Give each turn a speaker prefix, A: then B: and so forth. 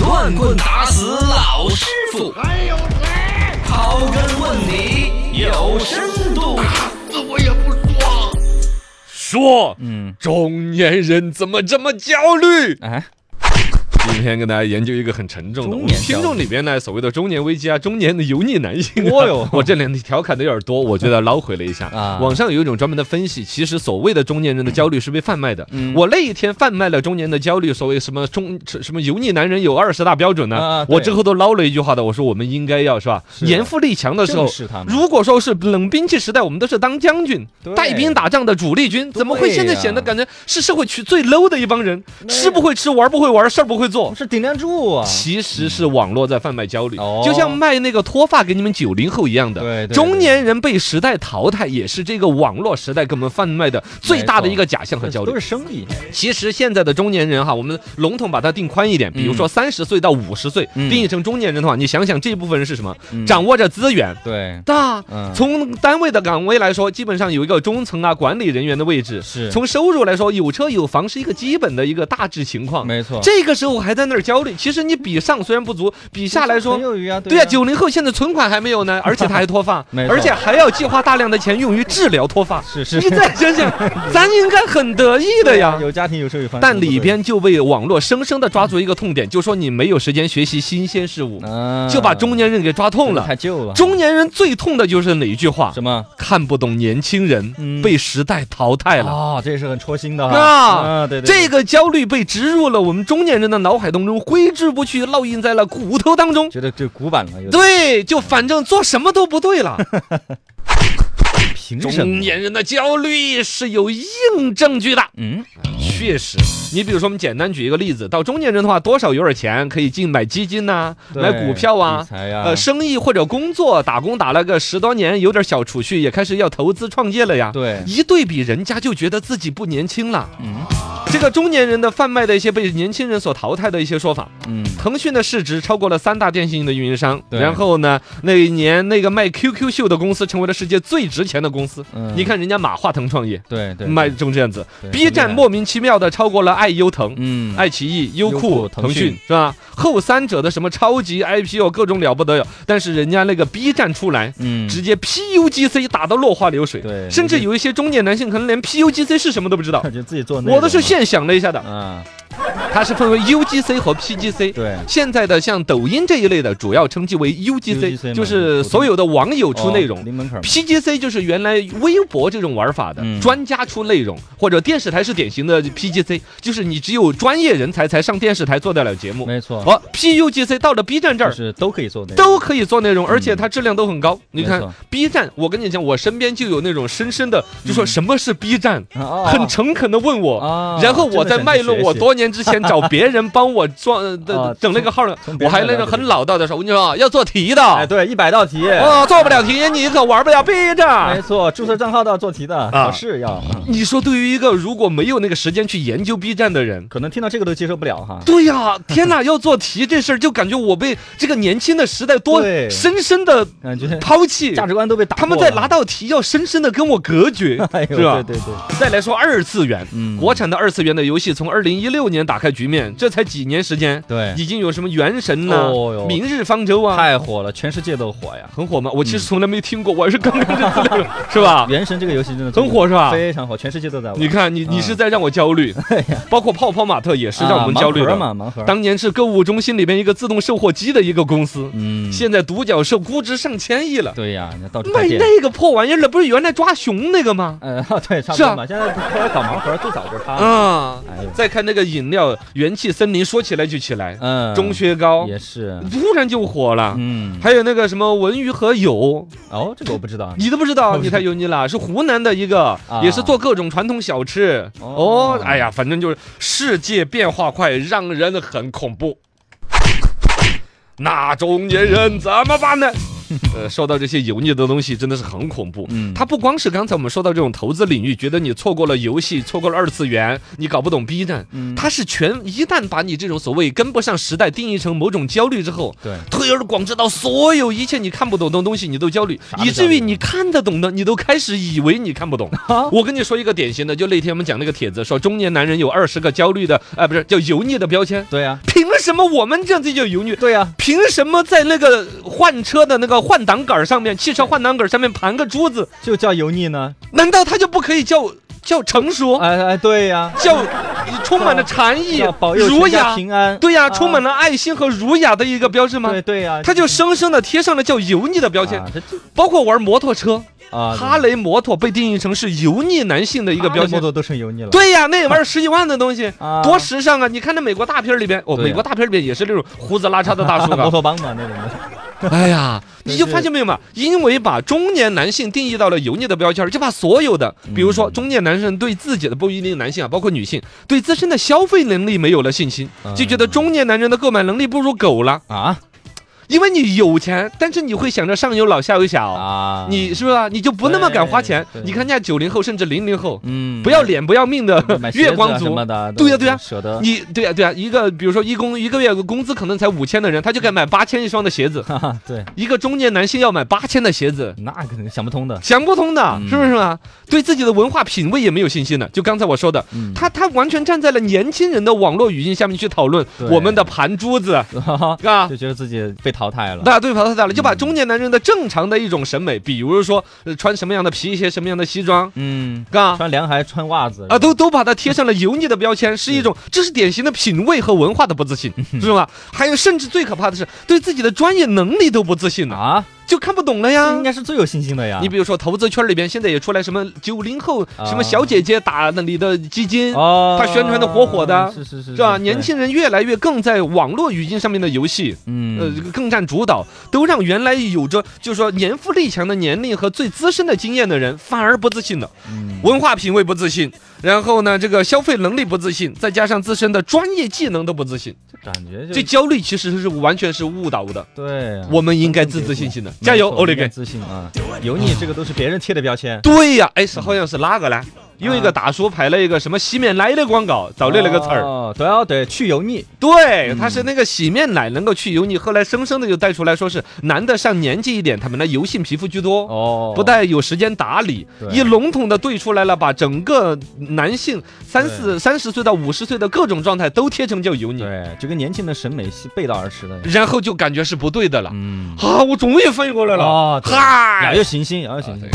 A: 乱棍打死老师傅，还有谁？刨根问底有深度。
B: 死我也不说。
C: 说，
D: 嗯，
C: 中年人怎么这么焦虑？
D: 哎，
C: 今天跟大家研究一个很沉重的，
D: 中
C: 我
D: 年
C: 们
D: 焦
C: 听
D: 虑
C: 众里边呢，所谓的中年危机啊，中年的油腻男性、啊，
D: 多 哟
C: 我这两天调侃的有点多，我觉得捞回了一下。
D: 啊
C: 网上有一种专门的分析，其实所谓的中年人的焦虑是被贩卖的。
D: 嗯
C: 我那一天贩卖了中年的焦虑，所谓什么中什么油腻男人有二十大标准呢？
D: 啊对
C: 我之后都捞了一句话的，我说我们应该要是吧，
D: 是啊
C: 严复力强的时候
D: 正视他，们
C: 如果说是冷兵器时代，我们都是当将军
D: 对、
C: 带兵打仗的主力军，怎么会现在显得
D: 对呀
C: 感觉是社会区最 low 的一帮人？吃不会吃，玩不会玩，事儿不会做
D: 哦不。是顶梁柱啊，
C: 其实是网络在贩卖焦虑，
D: 哦
C: 就像卖那个脱发给你们九零后一样的。
D: 对对对
C: 中年人被时代淘汰，也是这个网络时代给我们贩卖的最大的一个假象和焦虑
D: 都。是生意，
C: 其实现在的中年人哈，我们笼统把它定宽一点，比如说三十岁到五十岁、
D: 嗯
C: 定义成中年人的话，你想想这部分人是什么？
D: 嗯
C: 掌握着资源。
D: 对，
C: 大
D: 嗯，
C: 从单位的岗位来说，基本上有一个中层啊管理人员的位置。
D: 是
C: 从收入来说，有车有房是一个基本的一个大致情况。
D: 没错，
C: 这个时候还在那儿焦虑，其实你比上虽然不足，比下来说
D: 很。有余啊，
C: 对呀、
D: 呀，
C: 九零后现在存款还没有 呢，而且他还脱发
D: 没，错
C: 而且还要计划大量的钱用于治疗脱发。
D: 是是啊
C: 你再想 想，咱应该很得意的呀。
D: 有家庭有车有房，
C: 但里边就被网络生生的抓住一个痛点，就说你没有时间学习新鲜事物，
D: 啊
C: 就把中年人给抓痛了
D: 太。旧了，
C: 中年人最痛的就是哪一句话？
D: 什么？
C: 看不懂年轻人
D: 嗯
C: 被时代淘汰了。
D: 啊，这是很戳心的哈嗯
C: 啊，
D: 对对，
C: 这个焦虑被植入了我们中年人的脑海当中，挥之不去，烙印在了骨头当中。
D: 觉得这古板了，有点
C: 对，就反正做什么都不对 了。
D: 凭什
C: 中
D: 么？
C: 年人的焦虑是有硬证据的，
D: 嗯，
C: 确实。你比如说，我们简单举一个例子，到中年人的话，多少有点钱，可以进买基金呐、
D: 对
C: 买股票
D: 理
C: 啊。
D: 财呀，
C: 呃，生意或者工作打工打了个十多年，有点小储蓄，也开始要投资创业了呀。
D: 对
C: 一对比，人家就觉得自己不年轻了。
D: 嗯
C: 这个中年人的贩卖的一些被年轻人所淘汰的一些说法，
D: 嗯，
C: 腾讯的市值超过了三大电信的运营商，
D: 对
C: 然后呢，那一年那个卖 QQ 秀的公司成为了世界最值钱的公司。
D: 嗯
C: 你看人家马化腾创业，
D: 对对，
C: 卖成这样子
D: 对
C: ，B 站
D: 很厉害
C: 莫名其妙的超过了爱优腾。
D: 嗯
C: 爱奇艺、优
D: 优
C: 酷、
D: 酷
C: 腾
D: 腾
C: 讯
D: 讯
C: 是吧？后三者的什么超级 IPO 各种了不得有，但是人家那个 B 站出来，
D: 嗯
C: 直接 PUGC 打得落花流水，
D: 对
C: 甚至有一些中年男性可能连 PUGC 是什么都不知道
D: 感。觉自己做内容
C: 我都是
D: 嘛
C: 现想了一下的，
D: 啊，
C: 它是分为 UGC 和 PGC。
D: 对
C: 现在的像抖音这一类的，主要称之为 UGC，
D: UGC
C: 就是所有的网友出内
D: 哦
C: 容。
D: 零门槛儿
C: PGC 就是原来微博这种玩法的，
D: 嗯
C: 专家出内容，或者电视台是典型的 PGC，就是你只有专业人才才上电视台做得了节目。
D: 没错，
C: 哦，PUGC 到了 B 站这
D: 就
C: 儿。
D: 是都可以做内容，
C: 都可以做内容，而且它质量都很高。你看
D: 没错
C: B 站，我跟你讲，我身边就有那种深深的就说什么是 B 站，
D: 嗯啊
C: 很诚恳的问我，
D: 啊
C: 然后我在卖弄我多年之前找别人帮我装呃
D: 啊
C: 整那个号呢
D: 从从，别
C: 我
D: 人
C: 还那
D: 那
C: 种
D: 了解
C: 很老道的说，我跟你说要做题的，
D: 哎，对，一百道题，
C: 哦，做不了题你可玩不了 B
D: 没
C: 站。
D: 错，注册账号都要做题
C: 啊
D: 的，考试要，嗯
C: 你说对于一个如果没有那个时间去研究 B 站的人，
D: 可能听到这个都接受不了哈。
C: 对呀、 天哪，要做题这事儿就感觉我被这个年轻的时代多
D: 对
C: 深深 的
D: 感觉
C: 抛弃。
D: 价值观都被
C: 嗯
D: 打
C: 他
D: 破了。
C: 们在拿到题要深深的跟我隔绝
D: ，哎呦，
C: 是吧？
D: 对对对，
C: 再来说二次元，
D: 嗯
C: 国产的二次元的游戏从二零一六年打开局面，这才几年时间，
D: 对
C: 已经有什么《原神》呐、
D: 哦哟
C: 明日方舟》啊，
D: 太火了，全世界都火呀。
C: 很火吗？我其实从来没听过，我还是刚刚这资 料，是吧？
D: 原神这个游戏真的
C: 很火是吧
D: 非常火，全世界都在玩。
C: 你看，你你
D: 嗯
C: 是在让我焦虑， 包括泡泡玛特也是让我们
D: 哎啊
C: 焦虑
D: 盲盒
C: 的。
D: 嘛，盲盒。
C: 当年是购物中心里边一个自动售货机的一个公司，
D: 嗯，
C: 现在独角兽估值上千亿了，
D: 对呀，人家到处
C: 卖
D: 开店。
C: 那个破玩意儿了，不是原来抓熊那个吗？
D: 呃， 对，差不
C: 是啊
D: 多嘛。现在后来搞盲盒，最早就是他。
C: 啊，
D: 哎呦，
C: 再看那个饮料元气森林，说起来就起来，
D: 嗯，
C: 钟薛高
D: 也是，
C: 突然就火了。
D: 嗯，
C: 还有那个什么文娱和友，
D: 哦，这个我不知道。
C: 你都不知道，
D: 我不
C: 你
D: 知
C: 太油腻了。是湖南的一个，
D: 啊
C: 也是做各种传统小吃。
D: 哦
C: 哦，哎呀，反正就是世界变化快，让 人很恐怖。那中年人怎么办呢？呃，受到这些油腻的东西真的是很恐怖。
D: 嗯
C: 它不光是刚才我们说到这种投资领域，觉得你错过了游戏，错过了二次元，你搞不懂 B 站，
D: 嗯
C: 它是全一旦把你这种所谓跟不上时代定义成某种焦虑之后，
D: 对，
C: 推而广之到所有一切你看不懂的东西，你都焦虑
D: 啥，都
C: 以至
D: 焦虑
C: 于你看得懂的，你都开始以为你看 不懂。我跟你说一个典型的，就那天我们讲那个帖子，说中年男人有二十个焦虑的，啊，不是叫油腻的标签。
D: 对呀，
C: 凭什么我们这样子就油腻？
D: 对呀，
C: 凭什么在那个换车的那个换挡杆儿上面，汽车换挡杆儿上面盘个珠子？
D: 就叫油腻呢。
C: 难道它就不可以叫 叫成熟？
D: 哎哎，对呀，
C: 叫充满了禅意
D: 要、保佑
C: 儒
D: 全家
C: 雅？
D: 平安。
C: 对呀、
D: 啊
C: 充满了爱心和儒雅的一个标志吗？
D: 对对呀，
C: 他就生生的贴上了叫油腻的标签
D: 啊，，这这
C: 包括玩摩托车，
D: 啊，
C: 哈雷摩托被定义成是油腻男性的一
D: 一
C: 个标签。
D: 都都成油腻了。
C: 对呀、那玩意儿十几万的东西，
D: 啊
C: 多时尚啊！你看那美国大片里边，哦，
D: 对呀
C: 美国大片里边也是那种胡子拉碴的 大叔
D: 摩
C: 啊。
D: 托帮嘛那种的，
C: 哎呀，你就
D: 真是
C: 发现没有嘛？因为把中年男性定义到了油腻的标签儿，就把所有的，比如
D: 嗯
C: 说中年男生对自己的不一定男性啊，包括女性对自身的消费能力没有了信心，就觉得中年男人的购买能力不如狗了。
D: 啊
C: 因为你有钱，但是你会想着上有老下有小
D: 啊
C: 你是吧？你就不那么敢花钱
D: 对。对
C: 你看人家九零后甚至零零后，
D: 嗯
C: 不要脸不要命的
D: 买鞋子啊
C: 月光
D: 什
C: 族
D: 么。的，
C: 对呀对呀
D: 舍得
C: 你对呀、对呀、一个比如说一工一个月工资可能才五千的人，他就敢买八千一双的鞋子。
D: 哈哈， 对，
C: 一个中年男性要买八千的鞋子，
D: 那肯定想不 通的，
C: 想不通的，
D: 嗯
C: 是不是嘛？对自己的文化品味也没有信心的。就刚才我说的，
D: 嗯，
C: 他他完全站在了年轻人的网络语境下面去讨论
D: 对
C: 我们的盘珠子啊。
D: 就觉得自己被淘汰了，
C: 那对淘汰大了，就把中年男人的正常的一种审美，比如说、呃穿什么样的皮鞋、什么样的西装，
D: 嗯，
C: 嘎
D: 穿凉鞋穿袜子
C: 啊，都都把它贴上了油腻的标签，是一种这是典型的品味和文化的不自信，
D: 嗯
C: 是吧？还有，甚至最可怕的是对自己的专业能力都不自信了，
D: 啊，
C: 就看不懂了
D: 这
C: 呀
D: 应。该是最有信心的呀，
C: 你比如说，投资圈里边现在也出来什么九零后
D: 啊
C: 什么小姐姐打那里的基金，
D: 哦，嗯
C: 他宣传得火火的
D: 是是是，
C: 是吧？
D: 对
C: 年，轻人越来越更在网络语境上面的游戏，呃
D: 嗯，，
C: 更占主导，都让原来有着就是说年富力强的年龄和最资深的经验的人反而不自信了，
D: 嗯
C: 文化品味不自信，然后呢，这个消费能力不自信，再加上自身的专业技能都不自信，
D: 这感觉
C: 这
D: 就
C: 焦虑其实是完全是误导的。
D: 对啊，
C: 我们应该自自信信的，加油，欧力
D: 没错应该
C: 给！
D: 自信啊，油腻这个都是别人贴的标签，
C: 对呀，哎，是好像是哪个呢？有一个大叔拍了一个什么洗面奶的广告，造的那个词儿，
D: 哦，对哦对，去油腻，
C: 对，他是那个洗面奶能够去油腻，后来生生的就带出来说是男的上年纪一点，他们的油性皮肤居多。
D: 哦，
C: 不但有时间打理，
D: 对
C: 一笼统的对出来了，把整个男性三四
D: 对
C: 三十岁到五十岁的各种状态都贴成叫油腻，
D: 对，就跟年轻的审美是背道而驰的，
C: 然后就感觉是不对的了。
D: 嗯，
C: 啊，我终于反应过来了，
D: 哦对哎
C: 嗨
D: 要有信心，要有信心。